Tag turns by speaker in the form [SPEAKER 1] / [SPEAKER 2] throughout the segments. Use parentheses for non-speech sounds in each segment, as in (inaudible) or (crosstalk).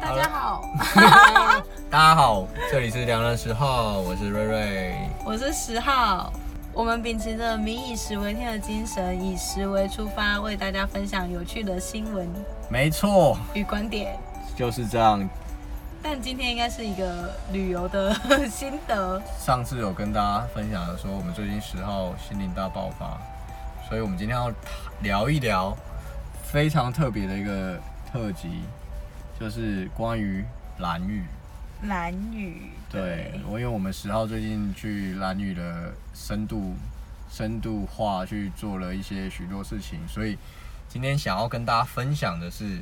[SPEAKER 1] 大家好， (laughs)
[SPEAKER 2] 大家好，这里是凉人十号，我是瑞瑞。
[SPEAKER 1] 我是十号。我们秉持着“民以食为天”的精神，以食为出发，为大家分享有趣的新闻
[SPEAKER 2] 没错，
[SPEAKER 1] 与观点。
[SPEAKER 2] 就是这样。
[SPEAKER 1] 但今天应该是一个旅游的心得，
[SPEAKER 2] 上次有跟大家分享的说，我们最近十号心灵大爆发，所以我们今天要聊一聊非常特别的一个特辑，就是关于蓝屿。
[SPEAKER 1] 蓝雨。
[SPEAKER 2] 对，我因为我们十号最近去蓝屿的深度深度化去做了一些许多事情，所以今天想要跟大家分享的是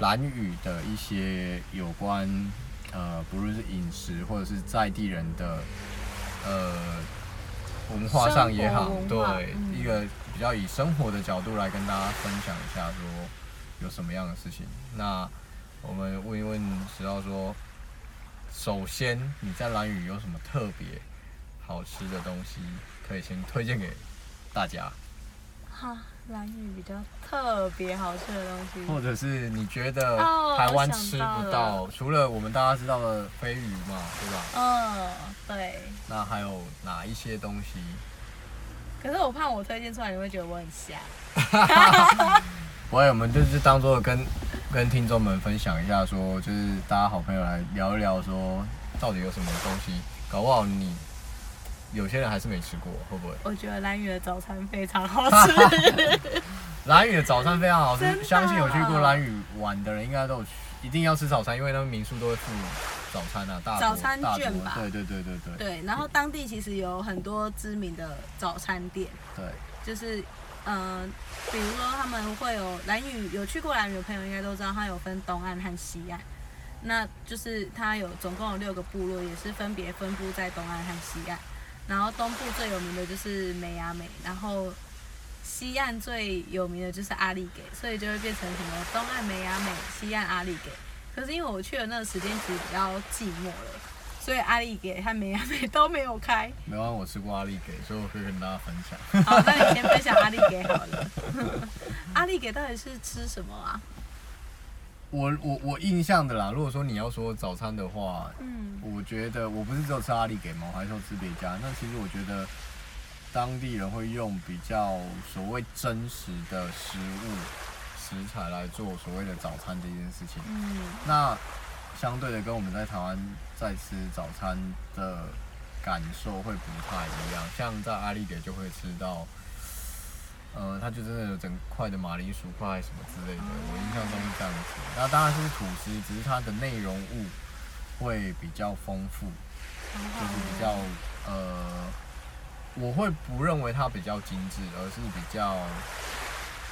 [SPEAKER 2] 蓝屿的一些有关呃，不论是饮食或者是在地人的呃文化上也
[SPEAKER 1] 生
[SPEAKER 2] 好
[SPEAKER 1] 活，文化
[SPEAKER 2] 对、
[SPEAKER 1] 嗯
[SPEAKER 2] 一个比较以生活的角度来跟大家分享一下说有什么样的事情。那我们问一问石浩说，首先你在兰屿有什么特别好吃的东西可以先推荐给大家，
[SPEAKER 1] 哈，蓝雨比较特别好吃的东西。
[SPEAKER 2] 或者是你觉得
[SPEAKER 1] 哦
[SPEAKER 2] 台湾
[SPEAKER 1] 我想
[SPEAKER 2] 吃
[SPEAKER 1] 到
[SPEAKER 2] 不
[SPEAKER 1] 了
[SPEAKER 2] 到，除了我们大家知道的飞鱼嘛，对吧？
[SPEAKER 1] 嗯，对。
[SPEAKER 2] 那还有哪一些东西？
[SPEAKER 1] 可是我怕我推荐出来，你会觉得我很瞎。
[SPEAKER 2] 不会，我们就是当做跟跟听众们分享一下说就是大家好朋友来聊一聊，说到底有什么东西，搞不好你有些人还是没吃过，会不会？
[SPEAKER 1] 我觉得蓝雨的早餐非常好吃。
[SPEAKER 2] 蓝屿的早餐非常好
[SPEAKER 1] 真的啊
[SPEAKER 2] 吃，相信有去过蓝屿玩的人应该都有去，一定要吃早餐，因为他们民宿都会附早餐啊，大
[SPEAKER 1] 早
[SPEAKER 2] 桌
[SPEAKER 1] 餐
[SPEAKER 2] 大
[SPEAKER 1] 券
[SPEAKER 2] 桌
[SPEAKER 1] 吧
[SPEAKER 2] 对对对对对
[SPEAKER 1] 对，然后当地其实有很多知名的早餐店，
[SPEAKER 2] 对，
[SPEAKER 1] 就是呃，比如说他们会有蓝屿，有去过蓝屿的朋友应该都知道，它有分东岸和西岸。那就是它有总共有六个部落，也是分别分布在东岸和西岸。然后东部最有名的就是美亚美，然后西岸最有名的就是阿里给，所以就会变成什么东岸美亚美，西岸阿里给。可是因为我去的那个时间其实比较寂寞了，所以阿里给和美亚美 (laughs) 都没有开。
[SPEAKER 2] 没有啊我吃过阿力给，所以我可以跟大家分享。
[SPEAKER 1] 好，那你先分享阿力给好了。 (laughs) 阿力给到底是吃什么啊？
[SPEAKER 2] 我我我印象的啦，如果说你要说早餐的话，
[SPEAKER 1] 嗯，
[SPEAKER 2] 我觉得我不是只有吃阿力给吗？我还是有吃别家。那其实我觉得当地人会用比较所谓真实的食物食材来做所谓的早餐这件事情。
[SPEAKER 1] 嗯，
[SPEAKER 2] 那相对的，跟我们在台湾在吃早餐的感受会不太一样。像在阿丽给就会吃到，呃，它就真的有整块的马铃薯块什么之类的，我印象中是这样子。那当然是吐司，只是它的内容物会比较丰富，就
[SPEAKER 1] 好
[SPEAKER 2] 是比较呃，我会不认为它比较精致，而是比较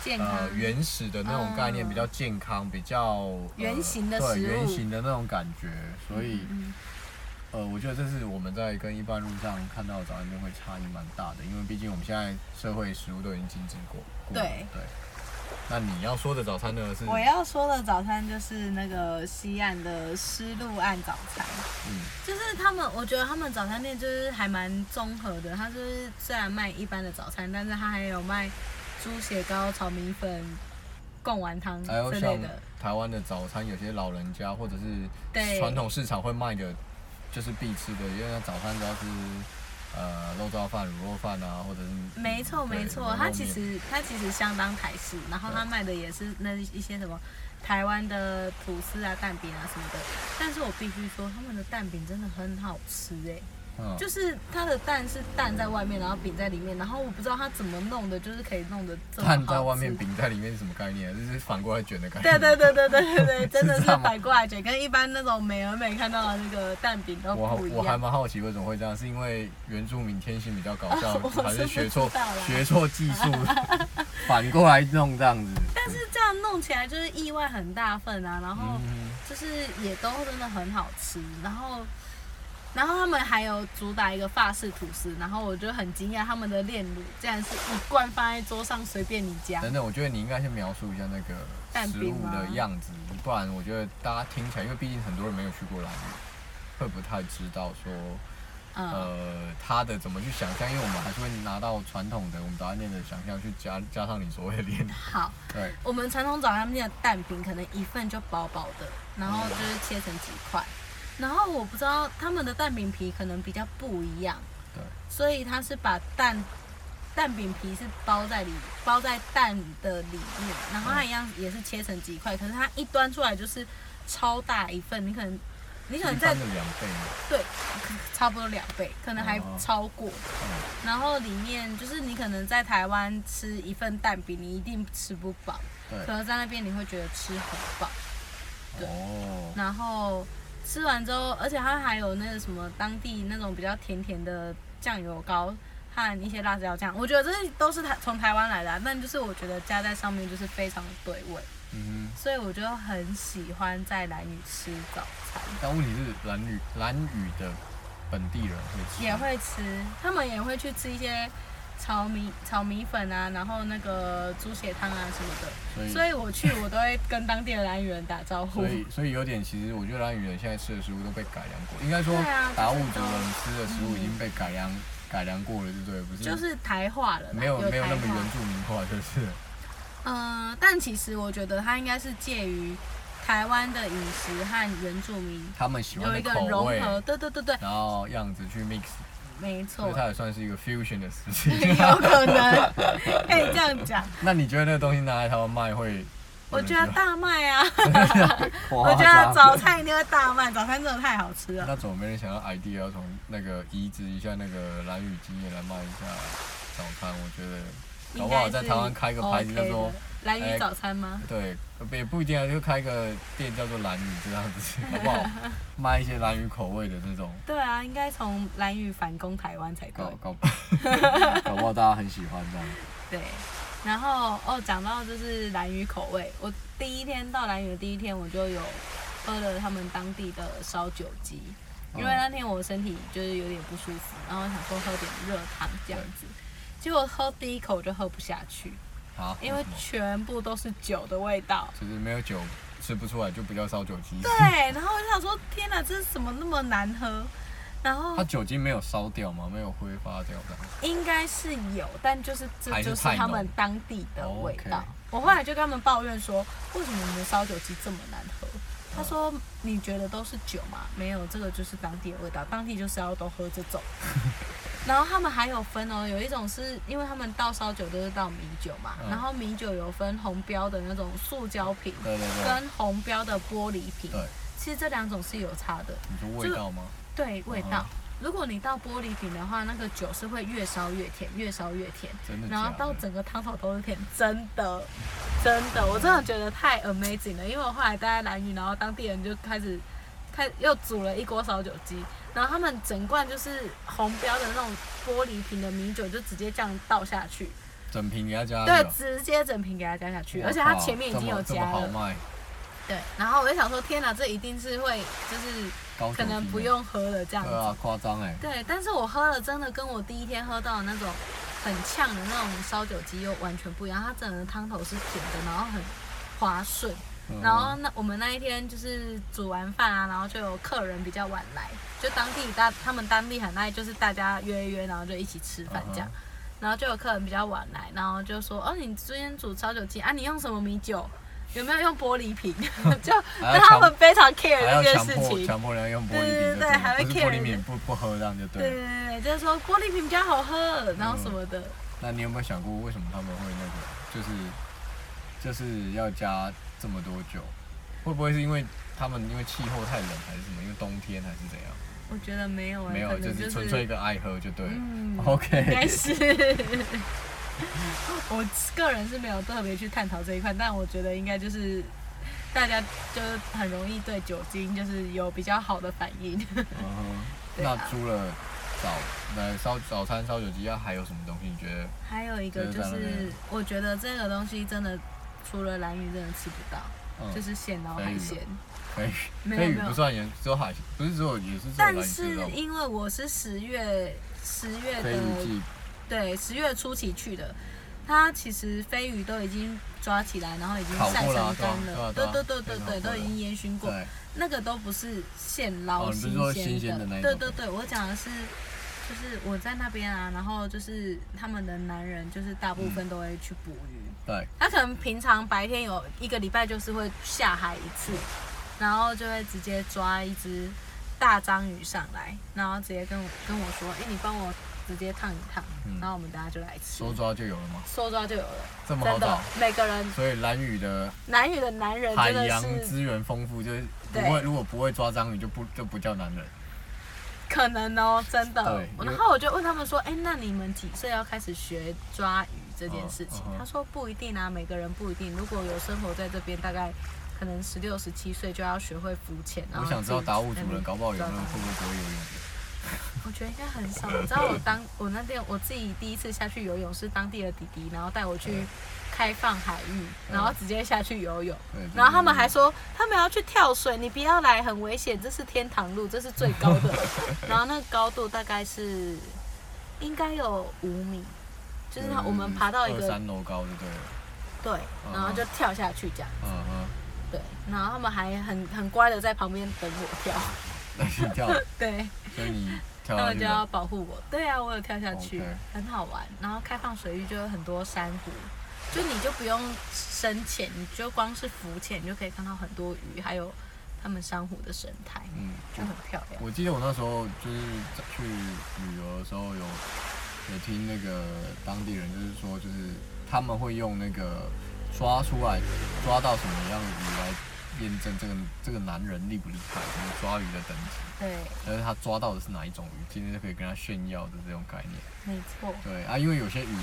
[SPEAKER 1] 健康
[SPEAKER 2] 呃。原始的那种概念，
[SPEAKER 1] 嗯
[SPEAKER 2] 比较健康，比较呃
[SPEAKER 1] 圆形的
[SPEAKER 2] 对
[SPEAKER 1] 食物
[SPEAKER 2] 圆形的那种感觉，所以
[SPEAKER 1] 嗯
[SPEAKER 2] 呃，我觉得这是我们在跟一般路上看到的早餐店会差异蛮大的，因为毕竟我们现在社会食物都已经精致过，过了
[SPEAKER 1] 对
[SPEAKER 2] 对。那你要说的早餐呢是，
[SPEAKER 1] 我要说的早餐就是那个西岸的丝路岸早餐，
[SPEAKER 2] 嗯，
[SPEAKER 1] 就是他们，我觉得他们早餐店就是还蛮综合的。它就是虽然卖一般的早餐，但是它还有卖猪血糕、炒米粉、贡丸汤
[SPEAKER 2] 还有
[SPEAKER 1] 之
[SPEAKER 2] 像
[SPEAKER 1] 类的。
[SPEAKER 2] 台湾的早餐，有些老人家或者
[SPEAKER 1] 对
[SPEAKER 2] 是传统市场会卖的，就是必吃的，因为它早餐主要是呃肉燥饭、卤肉饭啊，或者是
[SPEAKER 1] 没错
[SPEAKER 2] 对
[SPEAKER 1] 没错
[SPEAKER 2] 牛，肉
[SPEAKER 1] 它其
[SPEAKER 2] 面
[SPEAKER 1] 实它其实相当台式，然后它卖的也是那一些什么台湾的吐司啊、蛋饼啊什么的。但是我必须说，他们的蛋饼真的很好吃哎、
[SPEAKER 2] 嗯
[SPEAKER 1] 就是它的蛋是蛋在外面，然后饼在里面，然后我不知道它怎么弄的，就是可以弄得这么好吃
[SPEAKER 2] 蛋在外面，饼在里面是什么概念？啊就是反过来卷的概念。
[SPEAKER 1] 对对对对对对对，真的是
[SPEAKER 2] (laughs) 是这样吗
[SPEAKER 1] 反过来卷，跟一般那种美而美看到的那个蛋饼都
[SPEAKER 2] 我
[SPEAKER 1] 不一
[SPEAKER 2] 我还
[SPEAKER 1] 样。
[SPEAKER 2] 蛮好奇为什么会这样，是因为原住民天性比较搞笑，
[SPEAKER 1] 啊 (laughs) 我是
[SPEAKER 2] 还是学错
[SPEAKER 1] 不知道啦
[SPEAKER 2] 学错技术，反过来弄这样
[SPEAKER 1] (laughs)
[SPEAKER 2] 子？
[SPEAKER 1] 但是这样弄起来就是意外很大份啊，然后。
[SPEAKER 2] 嗯，
[SPEAKER 1] 就是也都真的很好吃，然后。然后他们还有主打一个法式吐司，然后我就很惊讶，他们的炼乳竟然是一罐放在桌上随便你夹。
[SPEAKER 2] 等等，我觉得你应该先描述一下那个
[SPEAKER 1] 蛋
[SPEAKER 2] 食
[SPEAKER 1] 饼
[SPEAKER 2] 物
[SPEAKER 1] 吗
[SPEAKER 2] 的样子，不然我觉得大家听起来，因为毕竟很多人没有去过兰屿，会不太知道说
[SPEAKER 1] 嗯
[SPEAKER 2] 呃，它的怎么去想象？因为我们还是会拿到传统的我们早餐店的想象去加加上你所谓的练。
[SPEAKER 1] 好，
[SPEAKER 2] 对，
[SPEAKER 1] 我们传统早餐店的蛋饼可能一份就薄薄的，然后就是切成几块，然后我不知道他们的蛋饼皮可能比较不一样，
[SPEAKER 2] 对，
[SPEAKER 1] 所以它是把蛋蛋饼皮是包在里包在蛋的里面，然后它一样也是切成几块，可是它一端出来就是超大一份，你可能你可能
[SPEAKER 2] 一
[SPEAKER 1] 在
[SPEAKER 2] 般的两倍嘛。
[SPEAKER 1] 对，差不多两倍，可能还
[SPEAKER 2] 哦
[SPEAKER 1] 超过。然后里面就是你可能在台湾吃一份蛋饼，你一定吃不饱，
[SPEAKER 2] 对
[SPEAKER 1] 可是在那边你会觉得吃很饱。对
[SPEAKER 2] 哦，
[SPEAKER 1] 然后吃完之后，而且它还有那个什么当地那种比较甜甜的酱油膏和一些辣椒酱，我觉得这些都是台从台湾来的、啊，但就是我觉得加在上面就是非常的对味，
[SPEAKER 2] 嗯
[SPEAKER 1] 所以我就很喜欢在兰屿吃早餐。
[SPEAKER 2] 哼，但问题是蓝屿蓝屿的本地人会吃，
[SPEAKER 1] 也会吃，他们也会去吃一些炒米炒米粉啊，然后那个猪血汤啊什么的。
[SPEAKER 2] 所以
[SPEAKER 1] 所以我去，我都会跟当地的兰屿人打招呼
[SPEAKER 2] 嗯所。以所以有点，其实我觉得蓝屿人现在吃的食物都被改良过，应该说
[SPEAKER 1] 对啊
[SPEAKER 2] 达悟
[SPEAKER 1] 就是
[SPEAKER 2] 族
[SPEAKER 1] 都
[SPEAKER 2] 人吃的食物已经被改良、改良过了，对不对？不是，
[SPEAKER 1] 就是台化了啦，
[SPEAKER 2] 没有没有
[SPEAKER 1] 台
[SPEAKER 2] 那么
[SPEAKER 1] 化。
[SPEAKER 2] 原住民化，就是
[SPEAKER 1] 嗯、但其实我觉得它应该是介于台湾的饮食和原住民
[SPEAKER 2] 他们喜欢
[SPEAKER 1] 有一
[SPEAKER 2] 的
[SPEAKER 1] 个
[SPEAKER 2] 口
[SPEAKER 1] 融
[SPEAKER 2] 味，
[SPEAKER 1] 合。对对对对，
[SPEAKER 2] 然后样子去 mix，
[SPEAKER 1] 没
[SPEAKER 2] 所
[SPEAKER 1] 错
[SPEAKER 2] 以，它也算是一个 fusion 的
[SPEAKER 1] (laughs)
[SPEAKER 2] 事情。
[SPEAKER 1] 有可能可以这样讲。
[SPEAKER 2] 那你觉得那个东西拿来台湾卖会？
[SPEAKER 1] 我觉得大卖啊，
[SPEAKER 2] 我
[SPEAKER 1] 我觉得早
[SPEAKER 2] 啊
[SPEAKER 1] 餐一定会大卖，早餐真的太好吃了。
[SPEAKER 2] 那怎么没人想要 idea 要从那个移植一下那个蓝雨经验来卖一下早餐？我觉得搞不好在台湾开个牌子叫做、哎
[SPEAKER 1] 蓝鱼早餐吗？
[SPEAKER 2] 对，也不一定啊，就开个店叫做蓝雨这样
[SPEAKER 1] (laughs)
[SPEAKER 2] 子，好不好？卖一些蓝雨口味的这种，
[SPEAKER 1] 对啊，应该从蓝鱼反攻台湾才
[SPEAKER 2] 搞
[SPEAKER 1] 对。
[SPEAKER 2] 搞
[SPEAKER 1] (laughs)
[SPEAKER 2] 搞不好大家很喜欢这样。
[SPEAKER 1] 对，然后哦，讲到就是蓝鱼口味，我第一天到蓝鱼的第一天，我就有喝了他们当地的烧酒鸡，因为
[SPEAKER 2] 嗯
[SPEAKER 1] 那天我身体就是有点不舒服，然后想说喝点热汤这样子，结果喝第一口就喝不下去，
[SPEAKER 2] 好，
[SPEAKER 1] 因为
[SPEAKER 2] 什么
[SPEAKER 1] 全部都是酒的味道。
[SPEAKER 2] 就是没有酒吃不出来，就不叫烧酒鸡。
[SPEAKER 1] 对，啊然后我就想说，天哪，这是怎么那么难喝？然后
[SPEAKER 2] 它酒精没有烧掉吗？没有挥发掉这样子。
[SPEAKER 1] 应该是有，但就是这
[SPEAKER 2] 还是
[SPEAKER 1] 就是
[SPEAKER 2] 太浓
[SPEAKER 1] 他们当地的味道。
[SPEAKER 2] 哦，OK
[SPEAKER 1] 我后来就跟他们抱怨说，为什么你们烧酒鸡这么难喝？
[SPEAKER 2] 哦
[SPEAKER 1] 他说：“你觉得都是酒吗？没有，这个就是当地的味道，当地就是要都喝这种。 (laughs) 然后他们还有分哦，有一种是因为他们倒烧酒都是倒米酒嘛，
[SPEAKER 2] 嗯
[SPEAKER 1] 然后米酒有分红标的那种塑胶瓶
[SPEAKER 2] 对对对，
[SPEAKER 1] 跟红标的玻璃瓶
[SPEAKER 2] 对，
[SPEAKER 1] 其实这两种是有差的。
[SPEAKER 2] 你说味道吗？
[SPEAKER 1] 对味
[SPEAKER 2] 嗯
[SPEAKER 1] 道。如果你倒玻璃瓶的话，那个酒是会越烧越甜，越烧越甜，
[SPEAKER 2] 真的
[SPEAKER 1] 然后
[SPEAKER 2] 假
[SPEAKER 1] 到
[SPEAKER 2] 的？
[SPEAKER 1] 整个汤头都是甜，真的，真的，我真的觉得太 amazing 了。因为我后来待在兰屿，然后当地人就开始开又煮了一锅烧酒鸡，然后他们整罐就是红标的那种玻璃瓶的米酒，就直接这样倒下去，
[SPEAKER 2] 整瓶给他加
[SPEAKER 1] 对
[SPEAKER 2] 料，
[SPEAKER 1] 直接整瓶给它加下去，
[SPEAKER 2] 我
[SPEAKER 1] 而且它
[SPEAKER 2] 靠
[SPEAKER 1] 前面已经有
[SPEAKER 2] 这么
[SPEAKER 1] 加
[SPEAKER 2] 这么好
[SPEAKER 1] 了，
[SPEAKER 2] 卖，
[SPEAKER 1] 对。然后我就想说，天哪，这一定是会就是
[SPEAKER 2] 高
[SPEAKER 1] 可能
[SPEAKER 2] 酒精
[SPEAKER 1] 不
[SPEAKER 2] 耶。
[SPEAKER 1] 用喝了这样子
[SPEAKER 2] 啊对。啊，夸张哎。
[SPEAKER 1] 对，但是我喝了真的跟我第一天喝到的那种很呛的那种烧酒鸡又完全不一样，它整个汤头是甜的，然后很滑顺。
[SPEAKER 2] 嗯
[SPEAKER 1] 然后那我们那一天就是煮完饭啊，然后就有客人比较晚来，就当地大他们当地很爱就是大家约一约，然后就一起吃饭这
[SPEAKER 2] 嗯
[SPEAKER 1] 样。然后就有客人比较晚来，然后就说：“哦，你今天煮烧酒鸡啊？你用什么米酒？有没有用玻璃瓶？” (laughs) 就
[SPEAKER 2] 还要
[SPEAKER 1] 他
[SPEAKER 2] 强
[SPEAKER 1] 们非常 care
[SPEAKER 2] 还要
[SPEAKER 1] 这件
[SPEAKER 2] 强
[SPEAKER 1] 事
[SPEAKER 2] 迫
[SPEAKER 1] 情，
[SPEAKER 2] 强迫人家用玻璃
[SPEAKER 1] 对
[SPEAKER 2] 瓶
[SPEAKER 1] 对
[SPEAKER 2] 就
[SPEAKER 1] 对
[SPEAKER 2] 了
[SPEAKER 1] 还会
[SPEAKER 2] 不是玻
[SPEAKER 1] care
[SPEAKER 2] 璃瓶
[SPEAKER 1] 人
[SPEAKER 2] 不不喝这样就
[SPEAKER 1] 对
[SPEAKER 2] 对了。
[SPEAKER 1] 对对，就是说玻璃瓶比较好喝，然后什么的。
[SPEAKER 2] 那你有没有想过为什么他们会那个，就是就是要加这么多酒？会不会是因为他们因为气候太冷还是什么？因为冬天还是怎样？
[SPEAKER 1] 我觉得没有哎、
[SPEAKER 2] 没有，
[SPEAKER 1] 可能
[SPEAKER 2] 就是
[SPEAKER 1] 是
[SPEAKER 2] 纯粹一个爱喝就对了。
[SPEAKER 1] 嗯
[SPEAKER 2] (laughs) OK，
[SPEAKER 1] 应该是。我个人是没有特别去探讨这一块，但我觉得应该就是大家就是很容易对酒精就是有比较好的反应。 (laughs)
[SPEAKER 2] 嗯哼
[SPEAKER 1] 对
[SPEAKER 2] 那
[SPEAKER 1] 啊
[SPEAKER 2] 除了早那烧早餐烧酒鸡，要还有什么东西？你觉得？
[SPEAKER 1] 还有一个就
[SPEAKER 2] 就是在那
[SPEAKER 1] 是
[SPEAKER 2] 边，
[SPEAKER 1] 我觉得这个东西真的除了蓝鱼真的吃不到，
[SPEAKER 2] 嗯，
[SPEAKER 1] 就是现捞海鲜。
[SPEAKER 2] 飞鱼，
[SPEAKER 1] 没有
[SPEAKER 2] 飞鱼
[SPEAKER 1] 没有
[SPEAKER 2] 不算盐，只有海，不是只有也是只有蓝
[SPEAKER 1] 但
[SPEAKER 2] 鱼知
[SPEAKER 1] 是
[SPEAKER 2] 道吗
[SPEAKER 1] 因为我是十月十月
[SPEAKER 2] 飞
[SPEAKER 1] 的
[SPEAKER 2] 鱼季
[SPEAKER 1] 对，十月初期去的，它其实飞鱼都已经抓起来，然后已经
[SPEAKER 2] 烤
[SPEAKER 1] 晒
[SPEAKER 2] 过
[SPEAKER 1] 成
[SPEAKER 2] 了啊
[SPEAKER 1] 干
[SPEAKER 2] 对
[SPEAKER 1] 了，
[SPEAKER 2] 啊
[SPEAKER 1] 对
[SPEAKER 2] 对啊
[SPEAKER 1] 对对
[SPEAKER 2] 对啊
[SPEAKER 1] 对
[SPEAKER 2] 对
[SPEAKER 1] 对，
[SPEAKER 2] 啊
[SPEAKER 1] 都
[SPEAKER 2] 对啊
[SPEAKER 1] 已经烟熏过，
[SPEAKER 2] 对，
[SPEAKER 1] 那个都不是现捞
[SPEAKER 2] 哦你不是说新
[SPEAKER 1] 鲜
[SPEAKER 2] 鲜
[SPEAKER 1] 的
[SPEAKER 2] 的那一
[SPEAKER 1] 对
[SPEAKER 2] 种
[SPEAKER 1] 对对，我讲的是，就是我在那边啊，然后就是他们的男人就是大
[SPEAKER 2] 嗯
[SPEAKER 1] 部分都会去捕鱼，
[SPEAKER 2] 对，
[SPEAKER 1] 他可能平常白天有一个礼拜就是会下海一次，然后就会直接抓一只大章鱼上来，然后直接跟我跟我说，哎、你帮我直接烫一烫，
[SPEAKER 2] 嗯
[SPEAKER 1] 然后我们等下就来吃，
[SPEAKER 2] 手抓就有了嘛，
[SPEAKER 1] 收抓就有了，
[SPEAKER 2] 这么好
[SPEAKER 1] 真的
[SPEAKER 2] 找。，
[SPEAKER 1] 每个人
[SPEAKER 2] 所以蓝屿的
[SPEAKER 1] 男女的男人
[SPEAKER 2] 海
[SPEAKER 1] 真的
[SPEAKER 2] 洋
[SPEAKER 1] 是
[SPEAKER 2] 资源丰富，就是不
[SPEAKER 1] 对
[SPEAKER 2] 会如果不会抓章鱼就不就不叫男人。
[SPEAKER 1] 可能哦，真的
[SPEAKER 2] 对。因为
[SPEAKER 1] 然后我就问他们说：“哎、那你们几岁要开始学抓鱼这件事情
[SPEAKER 2] 嗯？”嗯
[SPEAKER 1] 他说：“不一定啊，每个人不一定。如果有生活在这边，大概可能十六、十七岁就要学会浮潜。”然
[SPEAKER 2] 我
[SPEAKER 1] 后
[SPEAKER 2] 想知道
[SPEAKER 1] 自己
[SPEAKER 2] 达悟
[SPEAKER 1] 在
[SPEAKER 2] 族
[SPEAKER 1] 那边
[SPEAKER 2] 人搞不好有
[SPEAKER 1] 抓
[SPEAKER 2] 人
[SPEAKER 1] 到
[SPEAKER 2] 会不会不会游泳？
[SPEAKER 1] 我觉得应该很少。你知道我当我那天我自己第一次下去游泳是当地的弟弟，然后带我去开放海域，
[SPEAKER 2] 嗯
[SPEAKER 1] 然后直接下去游泳。
[SPEAKER 2] 对，就是
[SPEAKER 1] 然后他们还说他们要去跳水，你不要来，很危险，这是天堂路，这是最高
[SPEAKER 2] (laughs)
[SPEAKER 1] 的。然后那个高度大概是应该有五米，就是他我们爬到一
[SPEAKER 2] 二
[SPEAKER 1] 个
[SPEAKER 2] 三楼高就对了。
[SPEAKER 1] 对，然后就跳下去这样。
[SPEAKER 2] 嗯嗯，
[SPEAKER 1] 对，然后他们还很很乖的在旁边等我
[SPEAKER 2] (laughs)
[SPEAKER 1] 跳，(laughs)
[SPEAKER 2] 那你嗯跳，
[SPEAKER 1] 对，
[SPEAKER 2] 所以你跳
[SPEAKER 1] 他
[SPEAKER 2] 下
[SPEAKER 1] 们
[SPEAKER 2] 去
[SPEAKER 1] 就
[SPEAKER 2] 了
[SPEAKER 1] 要。保护我。对啊，我有跳下去
[SPEAKER 2] OK
[SPEAKER 1] 很好玩。然后开放水域就有很多珊瑚，就你就不用深潜，你就光是浮潜，你就可以看到很多鱼，还有他们珊瑚的生态。
[SPEAKER 2] 嗯，
[SPEAKER 1] 就很漂亮。
[SPEAKER 2] 我记得我那时候就是在去旅游的时候有有听那个当地人就是说，就是他们会用那个抓出来抓到什么样的鱼来验证这个这个男人厉不厉害，就是抓鱼的等级，
[SPEAKER 1] 对，
[SPEAKER 2] 但是他抓到的是哪一种鱼，今天就可以跟他炫耀的这种概念。
[SPEAKER 1] 没错。
[SPEAKER 2] 对啊，因为有些鱼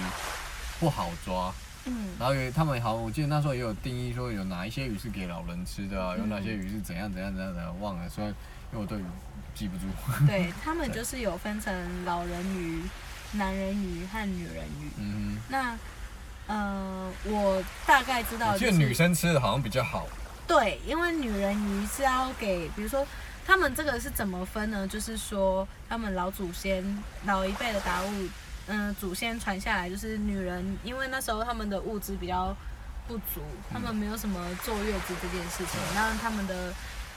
[SPEAKER 2] 不好抓，
[SPEAKER 1] 嗯，
[SPEAKER 2] 然后有他们好像我记得那时候也有定义说有哪一些鱼是给老人吃的啊，有
[SPEAKER 1] 嗯
[SPEAKER 2] 哪些鱼是怎样怎样怎样怎样，忘了，虽然因为我对鱼记不住。
[SPEAKER 1] 对他们就是有分成老人鱼、男人鱼和女人鱼。
[SPEAKER 2] 嗯
[SPEAKER 1] 那呃，我大概知
[SPEAKER 2] 哼，
[SPEAKER 1] 道、
[SPEAKER 2] 我记
[SPEAKER 1] 就是，
[SPEAKER 2] 得女生吃的好像比较好。
[SPEAKER 1] 对，因为女人鱼是要给，比如说他们这个是怎么分呢？就是说他们老祖先、老一辈的达悟，嗯、祖先传下来就是女人，因为那时候他们的物资比较不足，他们没有什么坐月子这件事情，那、他们的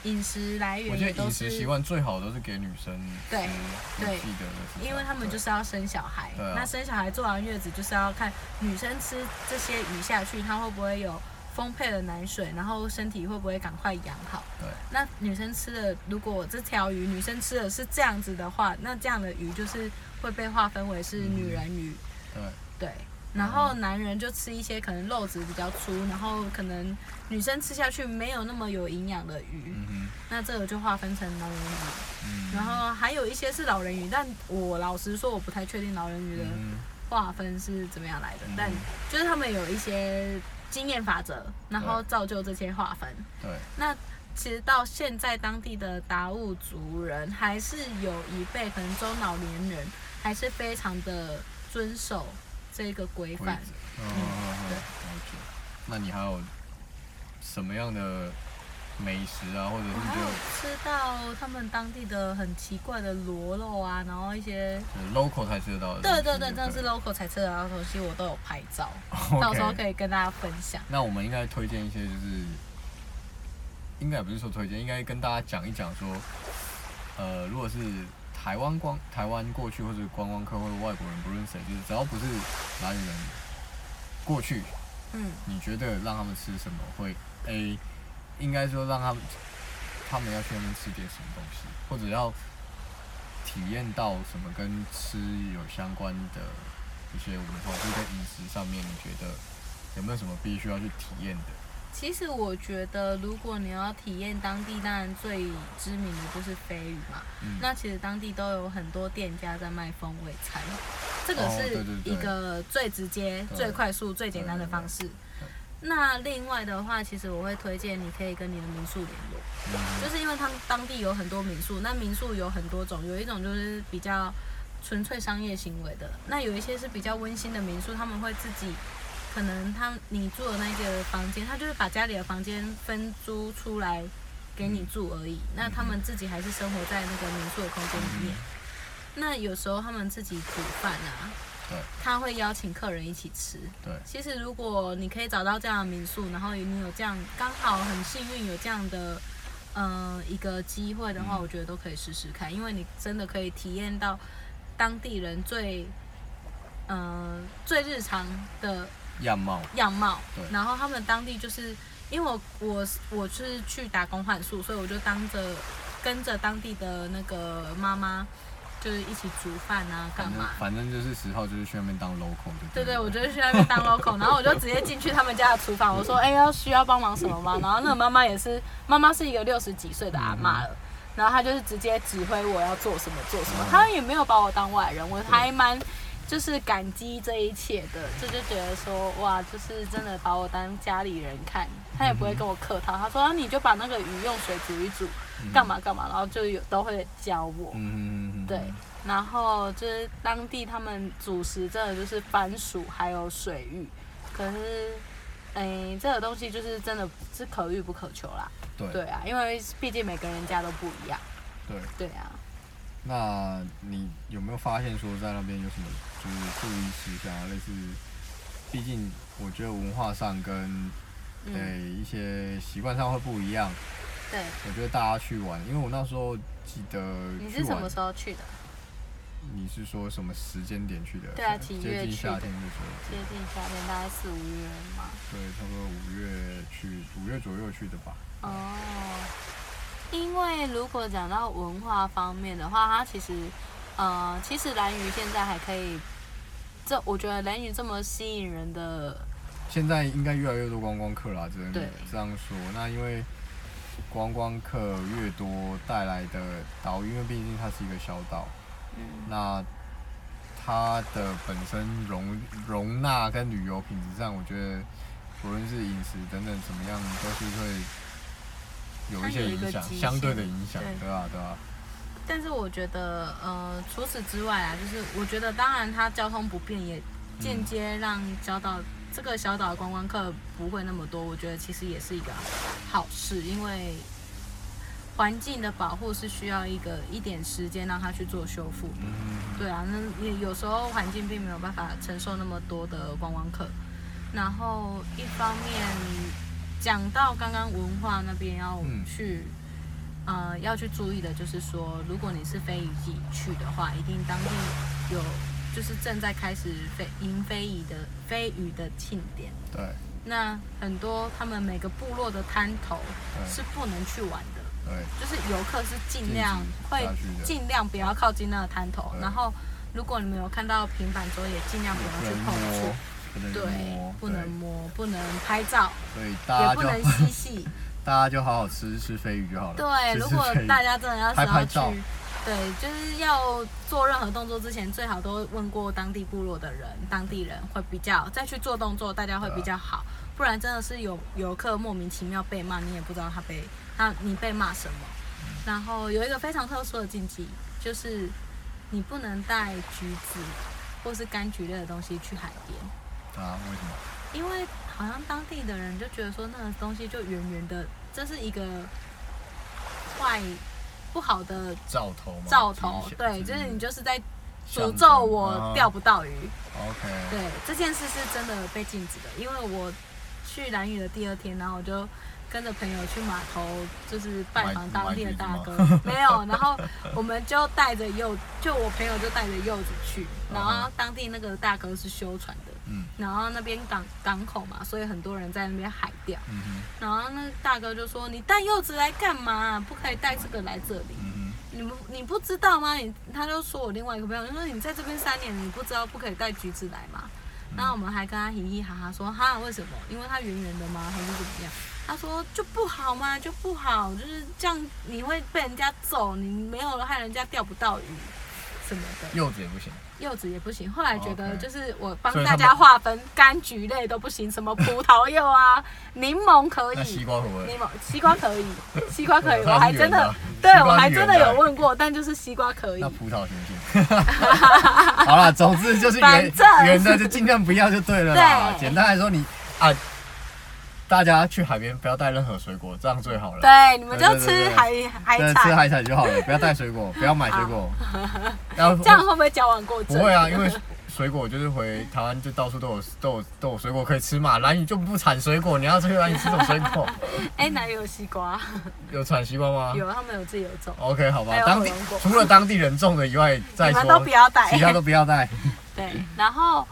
[SPEAKER 1] 饮食来
[SPEAKER 2] 我
[SPEAKER 1] 源
[SPEAKER 2] 记
[SPEAKER 1] 也
[SPEAKER 2] 得
[SPEAKER 1] 都
[SPEAKER 2] 饮
[SPEAKER 1] 是
[SPEAKER 2] 食习惯最好都是给女生吃，
[SPEAKER 1] 对
[SPEAKER 2] 我
[SPEAKER 1] 对
[SPEAKER 2] 记得的是这样
[SPEAKER 1] 因为他们就是要生小孩，
[SPEAKER 2] 对啊
[SPEAKER 1] 那生小孩坐完月子就是要看女生吃这些鱼下去，她会不会有丰沛的奶水，然后身体会不会赶快养好。
[SPEAKER 2] 对
[SPEAKER 1] 那女生吃的，如果这条鱼女生吃的是这样子的话，那这样的鱼就是会被划分为是女人鱼，
[SPEAKER 2] 对
[SPEAKER 1] 对。
[SPEAKER 2] 嗯
[SPEAKER 1] 然后男人就吃一些可能肉质比较粗，然后可能女生吃下去没有那么有营养的鱼，
[SPEAKER 2] 嗯哼
[SPEAKER 1] 那这个就划分成男人鱼。
[SPEAKER 2] 嗯
[SPEAKER 1] 然后还有一些是老人鱼，但我老实说，我不太确定老人鱼的
[SPEAKER 2] 嗯
[SPEAKER 1] 划分是怎么样来的，
[SPEAKER 2] 嗯
[SPEAKER 1] 但就是他们有一些经验法则，然后造就这些划分。
[SPEAKER 2] 对
[SPEAKER 1] 那其实到现在，当地的达悟族人还是有一辈可能中老年人，还是非常的遵守这个规
[SPEAKER 2] 规
[SPEAKER 1] 范。
[SPEAKER 2] 则，嗯嗯嗯嗯，了解。那你还有什么样的美食啊，或者是
[SPEAKER 1] 我还
[SPEAKER 2] 就
[SPEAKER 1] 有吃到他们当地的很奇怪的螺肉啊，然后一些
[SPEAKER 2] 就呃 local 才吃得到的东
[SPEAKER 1] 对
[SPEAKER 2] 西？
[SPEAKER 1] 对对，真的
[SPEAKER 2] 不
[SPEAKER 1] 是 local 才吃得到的东西，我都有拍照。
[SPEAKER 2] OK
[SPEAKER 1] 到时候可以跟大家分享。
[SPEAKER 2] 那我们应该推荐一些，就是应该也不是说推荐，应该跟大家讲一讲说，呃，如果是台湾光台湾过去或者观光客或者外国人，不论谁，就是只要不是哪里人过去，
[SPEAKER 1] 嗯，
[SPEAKER 2] 你觉得让他们吃什么会 A？应该说让他们他们要去那边吃点什么东西，或者要体验到什么跟吃有相关的一些文化，就是在饮食上面，你觉得有没有什么必须要去体验的？
[SPEAKER 1] 其实我觉得，如果你要体验当地，当然最知名的就是飞鱼嘛。
[SPEAKER 2] 嗯
[SPEAKER 1] 那其实当地都有很多店家在卖风味餐，这个
[SPEAKER 2] 哦对对
[SPEAKER 1] 是
[SPEAKER 2] 对
[SPEAKER 1] 一个最直接、
[SPEAKER 2] 对
[SPEAKER 1] 最快速、最简单的方式。那另外的话，其实我会推荐你可以跟你的民宿联络，
[SPEAKER 2] 嗯
[SPEAKER 1] 就是因为他们当地有很多民宿，那民宿有很多种，有一种就是比较纯粹商业行为的，那有一些是比较温馨的民宿，他们会自己，可能他你住的那个房间，他就是把家里的房间分租出来给你住而已，
[SPEAKER 2] 嗯
[SPEAKER 1] 那他们自己还是生活在那个民宿的空间里面。那有时候他们自己煮饭啊，
[SPEAKER 2] 对
[SPEAKER 1] 他会邀请客人一起吃。
[SPEAKER 2] 对
[SPEAKER 1] 其实如果你可以找到这样的民宿，然后你有这样刚好很幸运有这样的，呃，一个机会的话，我觉得都可以试试看，因为你真的可以体验到当地人最，呃，最日常的
[SPEAKER 2] 样貌，
[SPEAKER 1] 样貌
[SPEAKER 2] 对，
[SPEAKER 1] 然后他们当地就是因为我我我是去打工换宿，所以我就当着跟着当地的那个妈妈，就是一起煮饭啊，干
[SPEAKER 2] 反正
[SPEAKER 1] 嘛？
[SPEAKER 2] 反正就是十号就是去那边当 local 就
[SPEAKER 1] 对
[SPEAKER 2] 对
[SPEAKER 1] 对，
[SPEAKER 2] 了
[SPEAKER 1] 我就去那边当 local，然后我就直接进去他们家的厨房，我说：“哎、要需要帮忙什么吗？”然后那个妈妈也是，妈妈是一个六十几岁的阿妈了，然后她就是直接指挥我要做什么做什么，她也没有把我当外人，我还蛮就是感激这一切的，这就觉得说哇，就是真的把我当家里人看，她也不会跟我客套，她说、啊、你就把那个鱼用水煮一煮，干嘛干嘛，然后就有都会教我，
[SPEAKER 2] 嗯嗯嗯嗯嗯，
[SPEAKER 1] 对，然后就是当地他们主食真的就是番薯还有水芋，可是，诶，这个东西就是真的是可遇不可求啦。
[SPEAKER 2] 对
[SPEAKER 1] 对啊，因为毕竟每个人家都不一样。
[SPEAKER 2] 对。
[SPEAKER 1] 对啊，
[SPEAKER 2] 那你有没有发现说在那边有什么就是注意事项啊？类似，毕竟我觉得文化上跟
[SPEAKER 1] 嗯，
[SPEAKER 2] 呃一些习惯上会不一样。
[SPEAKER 1] 对。
[SPEAKER 2] 我觉得大家去玩，因为我那时候记得
[SPEAKER 1] 你
[SPEAKER 2] 去
[SPEAKER 1] 是什
[SPEAKER 2] 玩
[SPEAKER 1] 么，时候去的？
[SPEAKER 2] 你是说什么时间点去的？
[SPEAKER 1] 对啊
[SPEAKER 2] 接
[SPEAKER 1] 几月
[SPEAKER 2] 近
[SPEAKER 1] 去
[SPEAKER 2] 夏
[SPEAKER 1] 的
[SPEAKER 2] 天的时
[SPEAKER 1] 接
[SPEAKER 2] 候，
[SPEAKER 1] 近夏天，大概四五月嘛。
[SPEAKER 2] 对，差不多五月去，五月左右去的吧。
[SPEAKER 1] 哦，因为如果讲到文化方面的话，它其实，呃，其实蓝鱼现在还可以，这我觉得蓝鱼这么吸引人的
[SPEAKER 2] 现在应该越来越多观光客啦，只能
[SPEAKER 1] 对
[SPEAKER 2] 这样说。那因为观光客越多带来的岛屿，因为毕竟它是一个小岛，
[SPEAKER 1] 嗯
[SPEAKER 2] 那它的本身容容纳跟旅游品质上，我觉得不论是饮食等等怎么样，都是会有一
[SPEAKER 1] 它有
[SPEAKER 2] 些
[SPEAKER 1] 一个
[SPEAKER 2] 影响，
[SPEAKER 1] 极
[SPEAKER 2] 相对
[SPEAKER 1] 限
[SPEAKER 2] 的影响，
[SPEAKER 1] 对
[SPEAKER 2] 对吧、对吧、啊
[SPEAKER 1] 但是我觉得，呃，除此之外啊，就是我觉得，当然它交通不便，也间接让小岛、这个小岛的观光客不会那么多。我觉得其实也是一个好事，因为环境的保护是需要一个一点时间让它去做修复。
[SPEAKER 2] 嗯，
[SPEAKER 1] 对啊，那也有时候环境并没有办法承受那么多的观光客。然后一方面讲到刚刚文化那边要
[SPEAKER 2] 嗯
[SPEAKER 1] 去、呃要去注意的，就是说如果你是非遗季去的话，一定当地有就是正在开始非迎非遗的非遗的庆典。
[SPEAKER 2] 对
[SPEAKER 1] 那很多他们每个部落的滩头
[SPEAKER 2] 对
[SPEAKER 1] 是不能去玩的，
[SPEAKER 2] 对
[SPEAKER 1] 就是游客是尽
[SPEAKER 2] 禁
[SPEAKER 1] 量
[SPEAKER 2] 止
[SPEAKER 1] 会
[SPEAKER 2] 下去的
[SPEAKER 1] 尽量不要靠近那个滩头，
[SPEAKER 2] 对
[SPEAKER 1] 然后如果你们有看到平板桌，也尽量不
[SPEAKER 2] 不
[SPEAKER 1] 要去
[SPEAKER 2] 能
[SPEAKER 1] 碰
[SPEAKER 2] 摸
[SPEAKER 1] 触，，
[SPEAKER 2] 不能
[SPEAKER 1] 对
[SPEAKER 2] 摸，，
[SPEAKER 1] 不
[SPEAKER 2] 对
[SPEAKER 1] 能摸，不能拍照，
[SPEAKER 2] 所以
[SPEAKER 1] 也
[SPEAKER 2] 大
[SPEAKER 1] 不
[SPEAKER 2] 家
[SPEAKER 1] 能
[SPEAKER 2] 就
[SPEAKER 1] 嬉戏。
[SPEAKER 2] 大家就好好吃吃飞鱼就好了。
[SPEAKER 1] 对，
[SPEAKER 2] 吃
[SPEAKER 1] 如
[SPEAKER 2] 吃
[SPEAKER 1] 果
[SPEAKER 2] 飞鱼
[SPEAKER 1] 大家真的要
[SPEAKER 2] 拍
[SPEAKER 1] 想
[SPEAKER 2] 拍
[SPEAKER 1] 要去
[SPEAKER 2] 照，
[SPEAKER 1] 对，就是要做任何动作之前，最好都问过当地部落的人，当地人会比较再去做动作，大家会
[SPEAKER 2] 对啊
[SPEAKER 1] 比较好。不然真的是有游客莫名其妙被骂，你也不知道他被他你被骂什么。
[SPEAKER 2] 嗯
[SPEAKER 1] 然后有一个非常特殊的禁忌，就是你不能带橘子或是柑橘类的东西去海边。
[SPEAKER 2] 啊，为什么？
[SPEAKER 1] 因为好像当地的人就觉得说那个东西就圆圆的，这是一个坏不好的
[SPEAKER 2] 兆头吗？
[SPEAKER 1] 兆头
[SPEAKER 2] 吉，祥
[SPEAKER 1] 对，就是你就是在诅咒
[SPEAKER 2] 象征
[SPEAKER 1] 我钓。不到鱼。
[SPEAKER 2] 啊 OK。
[SPEAKER 1] 对，这件事是真的被禁止的，因为我去蓝屿的第二天，然后我就跟着朋友去码头，就是拜访当地的大哥， (laughs) 没有，然后我们就带着柚，就我朋友就带着柚子去，然
[SPEAKER 2] 嗯
[SPEAKER 1] 后
[SPEAKER 2] 哼
[SPEAKER 1] 当地那个大哥是修船的，
[SPEAKER 2] 嗯
[SPEAKER 1] 然后那边港港口嘛，所以很多人在那边海钓。
[SPEAKER 2] 嗯哼
[SPEAKER 1] 然后那大哥就说：“你带柚子来干嘛？不可以带这个来这里。
[SPEAKER 2] 嗯
[SPEAKER 1] 你不你不知道吗？你他就说我另外一个朋友就说你在这边三年，你不知道不可以带橘子来吗？然后我们还跟他嘻嘻哈哈说哈为什么？因为它圆圆的吗？还是怎么样？他说就不好嘛，就不好，就是这样你会被人家揍，你没有害人家钓不到鱼什么的
[SPEAKER 2] 哼，。柚子也不行。
[SPEAKER 1] 柚子也不行。后来觉得
[SPEAKER 2] 哦 OK
[SPEAKER 1] 就是我帮
[SPEAKER 2] 所以他
[SPEAKER 1] 大
[SPEAKER 2] 们
[SPEAKER 1] 家划分，柑橘类都不行，什么葡萄柚啊、柠檬可以
[SPEAKER 2] 那，西瓜可不可以
[SPEAKER 1] 柠？檬西瓜
[SPEAKER 2] (laughs)
[SPEAKER 1] 可以，西瓜可以，
[SPEAKER 2] 它
[SPEAKER 1] 我还
[SPEAKER 2] 是
[SPEAKER 1] 真
[SPEAKER 2] 圆
[SPEAKER 1] 的
[SPEAKER 2] 啊。
[SPEAKER 1] 对
[SPEAKER 2] 西瓜
[SPEAKER 1] 我还
[SPEAKER 2] 是
[SPEAKER 1] 真
[SPEAKER 2] 圆
[SPEAKER 1] 的有
[SPEAKER 2] 欸
[SPEAKER 1] 问过，但就是西瓜可以
[SPEAKER 2] 那。葡萄行
[SPEAKER 1] (laughs)
[SPEAKER 2] 不行？好啦，总之就是
[SPEAKER 1] 反
[SPEAKER 2] 圆
[SPEAKER 1] 正
[SPEAKER 2] 圆的就尽量不要就对了啦。
[SPEAKER 1] 对
[SPEAKER 2] 简单来说，你啊，大家去海边不要带任何水果，这样最好了。
[SPEAKER 1] 对，你们就
[SPEAKER 2] 对对
[SPEAKER 1] 吃
[SPEAKER 2] 对
[SPEAKER 1] 海海
[SPEAKER 2] 对吃
[SPEAKER 1] 产，
[SPEAKER 2] 海产就好了，不要带水果，不要买水果。然后
[SPEAKER 1] 啊这样会不会矫枉过
[SPEAKER 2] 不
[SPEAKER 1] 正？
[SPEAKER 2] 会啊，因为水果就是回台湾就到处都有都有都有水果可以吃嘛，蓝屿就不产水果，你要去蓝屿吃什么水
[SPEAKER 1] (laughs)
[SPEAKER 2] 果？
[SPEAKER 1] 哎、哪里有西
[SPEAKER 2] 啊
[SPEAKER 1] 瓜？
[SPEAKER 2] 有产西瓜吗？
[SPEAKER 1] 有，他哎们有自己有种。
[SPEAKER 2] OK，好吧
[SPEAKER 1] 还，有
[SPEAKER 2] 当地
[SPEAKER 1] 火龙果
[SPEAKER 2] 除了当地人种的以外，再
[SPEAKER 1] 你
[SPEAKER 2] 说
[SPEAKER 1] 们都不要带。
[SPEAKER 2] 其他都不要带。
[SPEAKER 1] (laughs) 对，然后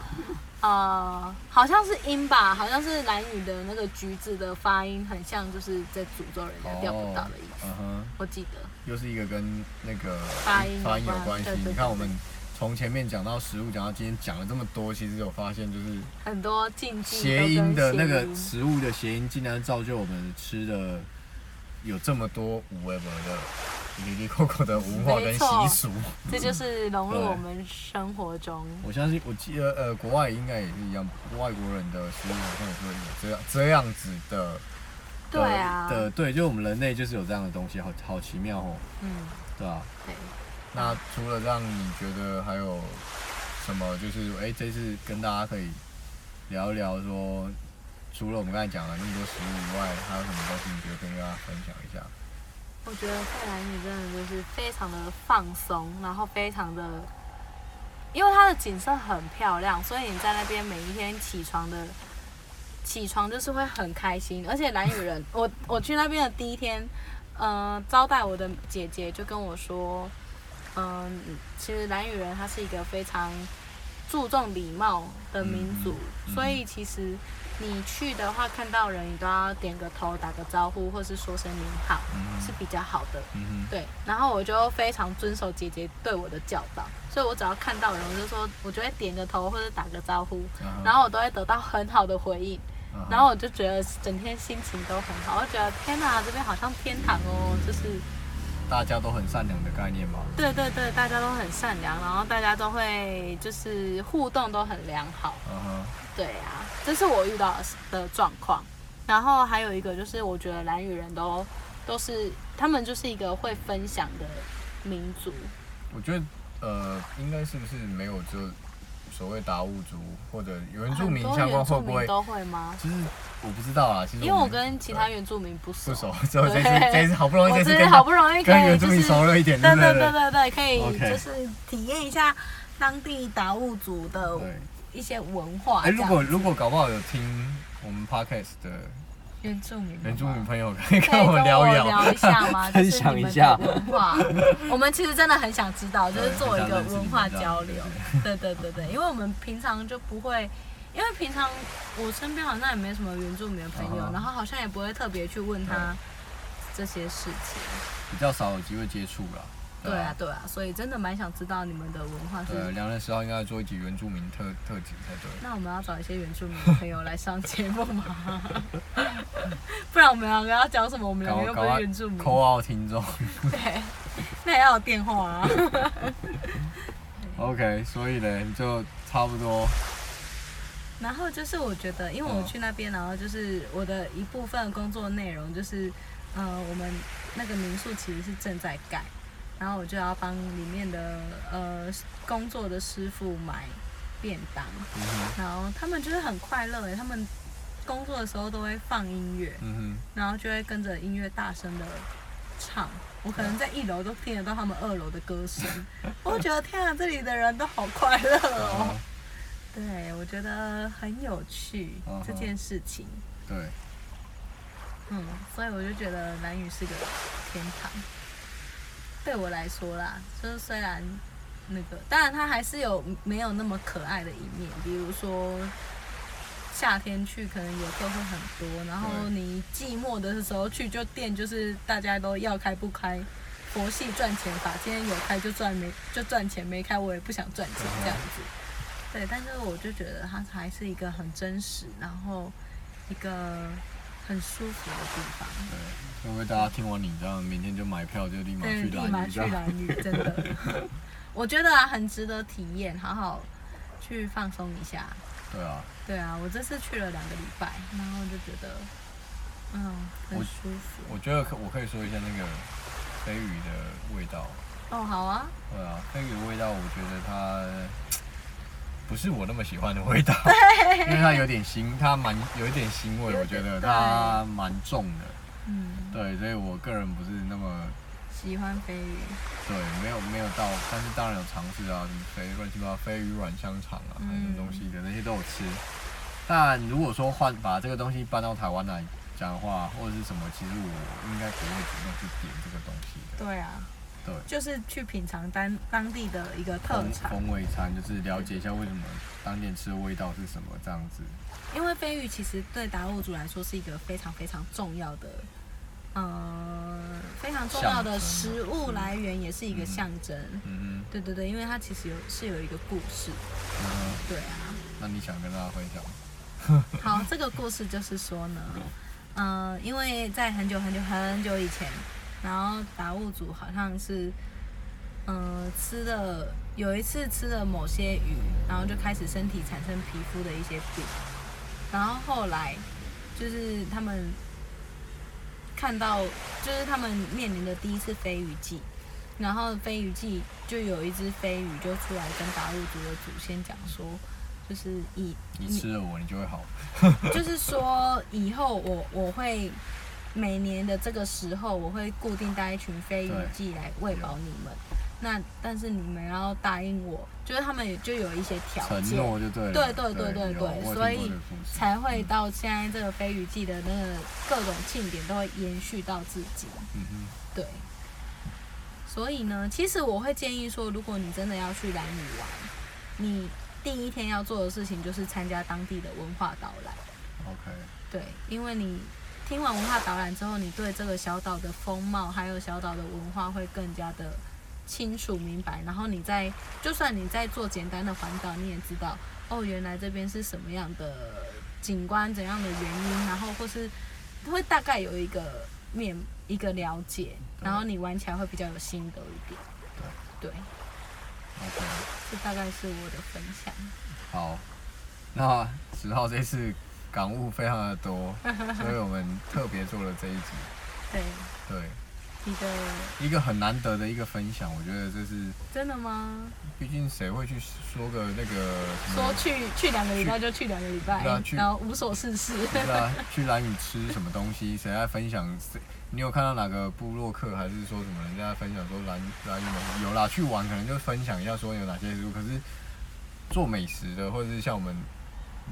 [SPEAKER 1] 呃，好像是音吧，好像是蓝语的那个橘子的发音很像，就是在诅咒人家钓不到的意思。
[SPEAKER 2] 嗯哼，
[SPEAKER 1] 我记得，
[SPEAKER 2] 又是一个跟那个
[SPEAKER 1] 发音有
[SPEAKER 2] 发音有
[SPEAKER 1] 关
[SPEAKER 2] 关系
[SPEAKER 1] 对对。对
[SPEAKER 2] 你看我们从前面讲到食物，讲到今天讲了这么多，其实有发现就是
[SPEAKER 1] 很多禁忌都嗯
[SPEAKER 2] 谐
[SPEAKER 1] 跟
[SPEAKER 2] 音的
[SPEAKER 1] 谐
[SPEAKER 2] 那个
[SPEAKER 1] 音
[SPEAKER 2] 食物的谐音，竟然造就我们吃的有这么多无为不为的。里里扣扣的文化跟
[SPEAKER 1] 没
[SPEAKER 2] 习
[SPEAKER 1] 错
[SPEAKER 2] 俗，
[SPEAKER 1] 这就是融入
[SPEAKER 2] 对
[SPEAKER 1] 我们生活中。
[SPEAKER 2] 我相信，我记得，呃，国外应该也是一样，外国人的食物好像也是会有这样这样子的
[SPEAKER 1] 对啊，
[SPEAKER 2] 的对，就我们人类就是有这样的东西，好好奇妙哦，
[SPEAKER 1] 嗯，
[SPEAKER 2] 对吧、
[SPEAKER 1] 对。
[SPEAKER 2] 那除了这样，你觉得还有什么？就是哎、这次跟大家可以聊一聊说，除了我们刚才讲了那么多食物以外，还有什么东西你觉得可以跟大家分享一下？
[SPEAKER 1] 我觉得在蓝屿真的就是非常的放松，然后非常的，因为它的景色很漂亮，所以你在那边每一天起床的起床就是会很开心。而且蓝屿人，我我去那边的第一天，呃，招待我的姐姐就跟我说，嗯、其实蓝屿人他是一个非常注重礼貌的民族，
[SPEAKER 2] 嗯嗯
[SPEAKER 1] 所以其实你去的话，看到人你都要点个头、打个招呼，或是说声您好。
[SPEAKER 2] 嗯
[SPEAKER 1] 是比较好的。
[SPEAKER 2] 嗯
[SPEAKER 1] 对，然后我就非常遵守姐姐对我的教导，所以我只要看到人，我就说，我就会点个头或者打个招呼，
[SPEAKER 2] 哼，啊哈
[SPEAKER 1] 然后我都会得到很好的回应，
[SPEAKER 2] 啊哈
[SPEAKER 1] 然后我就觉得整天心情都很好，我就觉得天哪，这边好像天堂哦，就是
[SPEAKER 2] 大家都很善良的概念吧。
[SPEAKER 1] 对对对，大家都很善良，然后大家都会就是互动都很良好，
[SPEAKER 2] 嗯哼，
[SPEAKER 1] 对啊，这是我遇到的的状况。然后还有一个就是，我觉得蓝屿人都都是他们就是一个会分享的民族，
[SPEAKER 2] 我觉得呃，应该是不是没有这所谓达悟族或者原住民
[SPEAKER 1] 很多
[SPEAKER 2] 相关
[SPEAKER 1] 原
[SPEAKER 2] 会
[SPEAKER 1] 住
[SPEAKER 2] 不
[SPEAKER 1] 民
[SPEAKER 2] 会？
[SPEAKER 1] 都会吗？
[SPEAKER 2] 其实我不知道啊，其实
[SPEAKER 1] 因为我
[SPEAKER 2] 们
[SPEAKER 1] 跟其他原住民不熟，
[SPEAKER 2] 不熟，只有这次
[SPEAKER 1] 对
[SPEAKER 2] 这次好不容易
[SPEAKER 1] 我
[SPEAKER 2] 这次
[SPEAKER 1] 真的
[SPEAKER 2] 跟
[SPEAKER 1] 好不容易可
[SPEAKER 2] 跟
[SPEAKER 1] 以
[SPEAKER 2] 原住
[SPEAKER 1] 就
[SPEAKER 2] 民
[SPEAKER 1] 是
[SPEAKER 2] 熟了一点，
[SPEAKER 1] 对
[SPEAKER 2] 不
[SPEAKER 1] 对对对对，可以
[SPEAKER 2] OK
[SPEAKER 1] 就是体验一下当地达悟族的
[SPEAKER 2] 对。
[SPEAKER 1] 一些文化。
[SPEAKER 2] 哎，如
[SPEAKER 1] 这
[SPEAKER 2] 果
[SPEAKER 1] 样
[SPEAKER 2] 如果搞不好有听我们 podcast 的
[SPEAKER 1] 原住民的话
[SPEAKER 2] 原住民朋友，可以
[SPEAKER 1] 可
[SPEAKER 2] 跟
[SPEAKER 1] 以
[SPEAKER 2] 我
[SPEAKER 1] 跟
[SPEAKER 2] 们聊
[SPEAKER 1] 我
[SPEAKER 2] 一聊，
[SPEAKER 1] 聊一下
[SPEAKER 2] (laughs)
[SPEAKER 1] 吗？
[SPEAKER 2] 分
[SPEAKER 1] 就是
[SPEAKER 2] 享
[SPEAKER 1] 你
[SPEAKER 2] 一
[SPEAKER 1] 们
[SPEAKER 2] 下
[SPEAKER 1] 的文化。
[SPEAKER 2] (laughs)
[SPEAKER 1] 我们其实真的很想知道，就是
[SPEAKER 2] 对
[SPEAKER 1] 做一个
[SPEAKER 2] 很想认识
[SPEAKER 1] 文
[SPEAKER 2] 你
[SPEAKER 1] 化
[SPEAKER 2] 们这样
[SPEAKER 1] 交流。对对对对，因为我们平常就不会，因为平常我身边好像也没什么原住民的朋友
[SPEAKER 2] 啊哈，
[SPEAKER 1] 然后好像也不会特别去问他这些事情。
[SPEAKER 2] 比较少有机会接触啦。
[SPEAKER 1] 对啊
[SPEAKER 2] 吧，
[SPEAKER 1] 对啊，所以真的蛮想知道你们的文化
[SPEAKER 2] 对，啊
[SPEAKER 1] 是。
[SPEAKER 2] 良人十号应该做一集原住民特特辑才对。
[SPEAKER 1] 那我们要找一些原住民的朋友来上节目吗？ (laughs) 不然我们两个要讲什么？我们两
[SPEAKER 2] 搞
[SPEAKER 1] 个又不
[SPEAKER 2] 搞啊
[SPEAKER 1] 是原住民。
[SPEAKER 2] 扣奥听众
[SPEAKER 1] 对，那也要有电话啊。
[SPEAKER 2] ，OK，所以呢就差不多，
[SPEAKER 1] 然后就是我觉得，因为我去那边，然后就是我的一部分工作内容就是，呃，我们那个民宿其实是正在盖，然后我就要帮里面的呃工作的师傅买便当，
[SPEAKER 2] 嗯哼，
[SPEAKER 1] 然后他们就是很快乐诶，他们工作的时候都会放音乐，
[SPEAKER 2] 嗯
[SPEAKER 1] 然后就会跟着音乐大声的唱。我可能在一楼都听得到他们二楼的歌声，我就觉得天啊，这里的人都好快乐
[SPEAKER 2] 哼，
[SPEAKER 1] 哦。
[SPEAKER 2] 啊
[SPEAKER 1] 对，我觉得很有趣、
[SPEAKER 2] 嗯哼
[SPEAKER 1] 这件事情，
[SPEAKER 2] 对，
[SPEAKER 1] 嗯，所以我就觉得蓝屿是个天堂。对我来说啦，就是虽然那个，当然它还是有没有那么可爱的一面，比如说夏天去可能游客会很多，然后
[SPEAKER 2] 对
[SPEAKER 1] 你寂寞的时候去，就店就是大家都要开不开。佛系赚钱法，今天有开就赚，没就赚钱，没开我也不想赚钱这样子。对，但是我就觉得它还是一个很真实，然后一个很舒服的地方。
[SPEAKER 2] 会不会大家听完你这样，明天就买票就立马
[SPEAKER 1] 对，
[SPEAKER 2] 去
[SPEAKER 1] 立马
[SPEAKER 2] 蓝屿
[SPEAKER 1] 去
[SPEAKER 2] 这样？
[SPEAKER 1] 蓝屿，真的，
[SPEAKER 2] (laughs)
[SPEAKER 1] 我觉得啊，很值得体验，好好去放松一下。
[SPEAKER 2] 对啊，
[SPEAKER 1] 对啊，我这次去了两个礼拜，然后就觉得，嗯，很
[SPEAKER 2] 我
[SPEAKER 1] 舒服。
[SPEAKER 2] 我觉得可我可以说一下那个飞鱼的味道。
[SPEAKER 1] 哦，好啊，
[SPEAKER 2] 对啊，那个味道我觉得它不是我那么喜欢的味道，因为它有点腥，它蛮有一点腥味，我觉得它蛮重的，
[SPEAKER 1] 嗯，
[SPEAKER 2] 对，所以我个人不是那么
[SPEAKER 1] 喜欢飞鱼，
[SPEAKER 2] 对，没有没有到，但是当然有尝试啊，什么飞乱七八糟飞鱼软香肠啊，还有什么东西的那些都有吃。但如果说换把这个东西搬到台湾来讲的话，或者是什么，其实我应该不会主动去点这个东西的。
[SPEAKER 1] 对啊，
[SPEAKER 2] 对
[SPEAKER 1] 就是去品尝当当地的一个特
[SPEAKER 2] 风
[SPEAKER 1] 产，
[SPEAKER 2] 风味餐就是了解一下为什么当地吃的味道是什么这样子。
[SPEAKER 1] 因为飞鱼其实对达悟族来说是一个非常非常重要的，呃，非常重要的
[SPEAKER 2] 象征
[SPEAKER 1] 食物
[SPEAKER 2] 嗯
[SPEAKER 1] 来源，也是一个
[SPEAKER 2] 嗯
[SPEAKER 1] 象征。
[SPEAKER 2] 嗯
[SPEAKER 1] 对对对，因为它其实有是有一个故事，
[SPEAKER 2] 哼，嗯
[SPEAKER 1] 对啊。
[SPEAKER 2] 哼，那你想跟大家分享吗？
[SPEAKER 1] 好，这个故事就是说呢，嗯、因为在很久很久很久以前，然后达悟族好像是，嗯、吃了有一次吃了某些鱼，然后就开始身体产生皮肤的一些病，然后后来就是他们看到，就是他们面临的第一次飞鱼季。然后飞鱼季就有一只飞鱼就出来跟达悟族的祖先讲说，就是以
[SPEAKER 2] 你吃了我，你就会好。
[SPEAKER 1] 就是说以后我我会每年的这个时候，我会固定带一群飞鱼季来喂饱你们。那但是你们要答应我，就是他们也就有一些条
[SPEAKER 2] 承
[SPEAKER 1] 件，
[SPEAKER 2] 诺就对了。
[SPEAKER 1] 对对对对
[SPEAKER 2] 有
[SPEAKER 1] 对
[SPEAKER 2] 我有听过
[SPEAKER 1] 所以
[SPEAKER 2] 这个故事
[SPEAKER 1] 才会到现在这个飞鱼季的那个各种庆典都会延续到至今。
[SPEAKER 2] 嗯哼。
[SPEAKER 1] 对。所以呢，其实我会建议说，如果你真的要去兰屿玩，你第一天要做的事情就是参加当地的文化导览。
[SPEAKER 2] OK，
[SPEAKER 1] 对，因为你听完文化导览之后，你对这个小岛的风貌还有小岛的文化会更加的清楚明白。然后你在就算你在做简单的环岛，你也知道哦，原来这边是什么样的景观，怎样的原因，然后或是会大概有一个面一个了解，然后你玩起来会比较有心得一点。对，
[SPEAKER 2] OK，
[SPEAKER 1] 这大概是我的分享。
[SPEAKER 2] 好。那十号这次感悟非常的
[SPEAKER 1] (laughs)
[SPEAKER 2] 多，所以我们特别做了这一集。
[SPEAKER 1] 对，
[SPEAKER 2] 对，
[SPEAKER 1] 你的
[SPEAKER 2] 一个很难得的一个分享，我觉得这是，
[SPEAKER 1] 真的吗？
[SPEAKER 2] 毕竟谁会去说个那个什
[SPEAKER 1] 说
[SPEAKER 2] 么？
[SPEAKER 1] 去去两个礼拜就去两个礼拜
[SPEAKER 2] 对啊，去
[SPEAKER 1] 然后无所事事。 (laughs)
[SPEAKER 2] (laughs) 对啊，去蓝屿吃什么东西？谁在分享？谁？你有看到哪个部落客还是说什么人家在分享说蓝蓝屿美食？有啦，去玩可能就分享一下说有哪些食物。可是做美食的，或者是像我们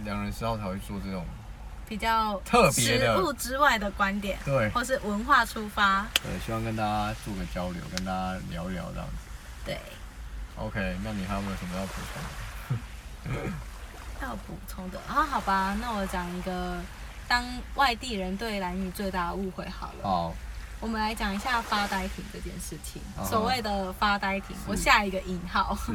[SPEAKER 2] 两人十号才会做这种，
[SPEAKER 1] 比较
[SPEAKER 2] 特别的
[SPEAKER 1] 食物之外的观点，
[SPEAKER 2] 对，
[SPEAKER 1] 或是文化出发。
[SPEAKER 2] 对，希望跟大家做个交流，跟大家聊一聊这样子。
[SPEAKER 1] 对，
[SPEAKER 2] OK，那你还有没有什么要补充的？
[SPEAKER 1] 要补充的啊，好吧，那我讲一个当外地人对蓝屿最大的误会好了。
[SPEAKER 2] 好，
[SPEAKER 1] 我们来讲一下发呆亭这件事情。
[SPEAKER 2] 啊哈
[SPEAKER 1] 所谓的发呆亭，
[SPEAKER 2] 是
[SPEAKER 1] 我下一个引号， (laughs)
[SPEAKER 2] 是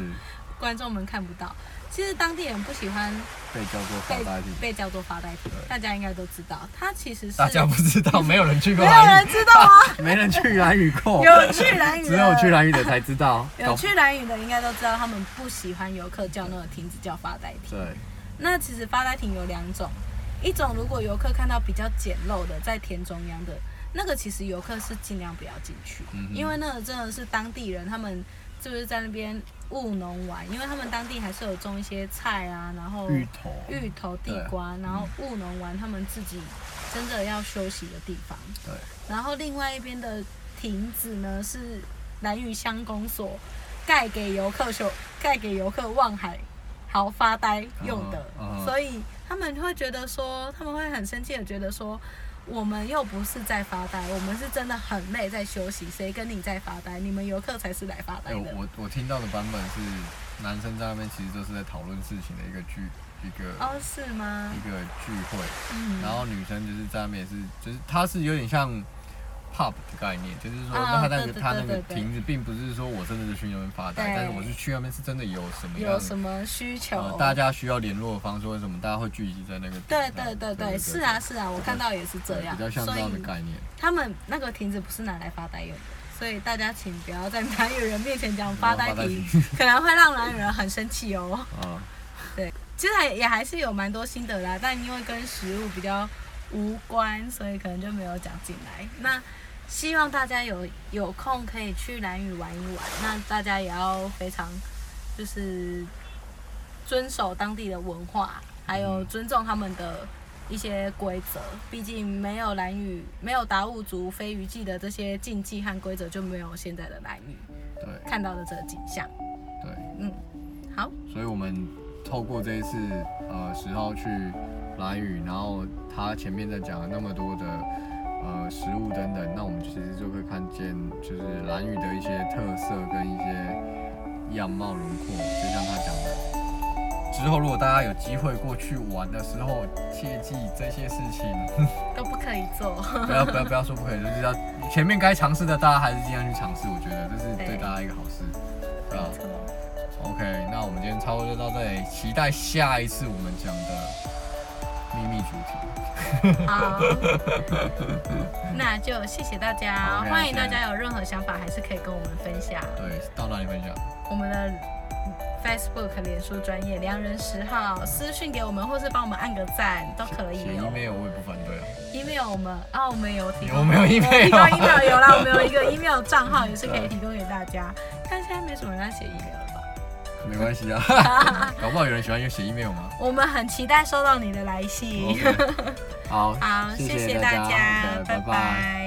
[SPEAKER 1] 观众们看不到。其实当地人不喜欢
[SPEAKER 2] 被叫做发
[SPEAKER 1] 被
[SPEAKER 2] 呆地，
[SPEAKER 1] 被叫做发呆亭，
[SPEAKER 2] 对
[SPEAKER 1] 大家应该都知道，它其实是
[SPEAKER 2] 大家不知道，没有人去过
[SPEAKER 1] 没有
[SPEAKER 2] 蓝
[SPEAKER 1] 人
[SPEAKER 2] 屿，
[SPEAKER 1] 知道吗？
[SPEAKER 2] 没人去蓝屿过，
[SPEAKER 1] 有去蓝屿的，
[SPEAKER 2] (laughs) 只有去蓝屿的才知道。
[SPEAKER 1] 有去蓝屿的应该都知道，他们不喜欢游客叫那个亭子叫发呆亭。
[SPEAKER 2] 对，
[SPEAKER 1] 那其实发呆亭有两种，一种如果游客看到比较简陋的，在田中央的那个，其实游客是尽量不要进去，
[SPEAKER 2] 嗯哼
[SPEAKER 1] 因为那个真的是当地人，他们就是在那边务农玩，因为他们当地还是有种一些菜啊，然后
[SPEAKER 2] 芋嗯头，
[SPEAKER 1] 芋头、地瓜，然后务农玩他们自己真的要休息的地方。
[SPEAKER 2] 对。
[SPEAKER 1] 然后另外一边的亭子呢是南屿乡公所盖给游客休，盖给游客望海豪发呆用的，
[SPEAKER 2] 嗯嗯
[SPEAKER 1] 所以他们会觉得说，他们会很生气的觉得说。我们又不是在发呆，我们是真的很累，在休息。谁跟你在发呆？你们游客才是来发呆
[SPEAKER 2] 哎、
[SPEAKER 1] 的。
[SPEAKER 2] 我我听到的版本是男生在那边其实就是在讨论事情的一个聚一个、
[SPEAKER 1] 哦，是吗？
[SPEAKER 2] 一个聚会，
[SPEAKER 1] 嗯，
[SPEAKER 2] 然后女生就是在那边也是就是它是有点像 pub 的概念，就是说
[SPEAKER 1] 啊
[SPEAKER 2] 那它那
[SPEAKER 1] 对
[SPEAKER 2] 个
[SPEAKER 1] 对
[SPEAKER 2] 它那
[SPEAKER 1] 对
[SPEAKER 2] 个
[SPEAKER 1] 对对
[SPEAKER 2] 亭子并不是说我真的是去那边发呆，
[SPEAKER 1] 对
[SPEAKER 2] 但是我是去那边是真的有什么样
[SPEAKER 1] 有什么需求？
[SPEAKER 2] 呃嗯大家需要联络的方式，为什么大家会聚集在那个地
[SPEAKER 1] 对
[SPEAKER 2] 方
[SPEAKER 1] 对对对，是啊是啊，我看到也是这
[SPEAKER 2] 对
[SPEAKER 1] 样，
[SPEAKER 2] 比较像这
[SPEAKER 1] 所
[SPEAKER 2] 样的
[SPEAKER 1] 以
[SPEAKER 2] 概念。
[SPEAKER 1] 他们那个亭子不是拿来发呆用的，所以大家请不要在男友人面前讲哦发呆亭，可能会让男友人很生气哦。
[SPEAKER 2] 啊，
[SPEAKER 1] 其实还也还是有蛮多心得啦，但因为跟食物比较无关，所以可能就没有讲进来。那希望大家有有空可以去蓝屿玩一玩，那大家也要非常就是遵守当地的文化，还有尊重他们的一些规则，毕竟没有蓝屿，没有达悟族、非鱼记的这些禁忌和规则，就没有现在的蓝屿
[SPEAKER 2] 对
[SPEAKER 1] 看到的这个景象。
[SPEAKER 2] 对，
[SPEAKER 1] 嗯，好，
[SPEAKER 2] 所以我们透过这一次呃十号去蓝屿，然后他前面在讲了那么多的呃食物等等，那我们其实就会看见就是蓝屿的一些特色跟一些样貌轮廓，就像他讲的。之后，如果大家有机会过去玩的时候，切记这些事情 (laughs)
[SPEAKER 1] 都不可以做。 (laughs)
[SPEAKER 2] 不要不要不要说不可以，就是要前面该尝试的，大家还是尽量去尝试。我觉得这是对
[SPEAKER 1] 对
[SPEAKER 2] 大家一个好事，对吧
[SPEAKER 1] 没错
[SPEAKER 2] ？OK，那我们今天差不多就到这里，期待下一次我们讲的秘密主题。
[SPEAKER 1] 好，那就谢谢大家
[SPEAKER 2] OK，
[SPEAKER 1] 欢迎大
[SPEAKER 2] 谢谢
[SPEAKER 1] 家有任何想法还是可以跟我们分享。
[SPEAKER 2] 对，到哪里分享？
[SPEAKER 1] 我们的 Facebook 脸书专业良人十号私讯给我们，或是帮我们按个赞都可
[SPEAKER 2] 写
[SPEAKER 1] 以哦。
[SPEAKER 2] email 我也不反对
[SPEAKER 1] (laughs)
[SPEAKER 2] 啊。
[SPEAKER 1] email 我们啊，我们有提供，
[SPEAKER 2] 我们有 email
[SPEAKER 1] 提供 email 有啦，我们有一
[SPEAKER 2] (laughs)
[SPEAKER 1] 个 email 账号也是可以提供给大家，但现在没什么人在写 email 了吧？
[SPEAKER 2] 没关系啊，
[SPEAKER 1] (laughs)
[SPEAKER 2] 搞不好有人喜欢用写 email 吗
[SPEAKER 1] 我们很期待收到你的来信。
[SPEAKER 2] ？OK，好，
[SPEAKER 1] 好，谢
[SPEAKER 2] 谢
[SPEAKER 1] 谢
[SPEAKER 2] 大
[SPEAKER 1] 大家，
[SPEAKER 2] OK，
[SPEAKER 1] 拜
[SPEAKER 2] 拜
[SPEAKER 1] 拜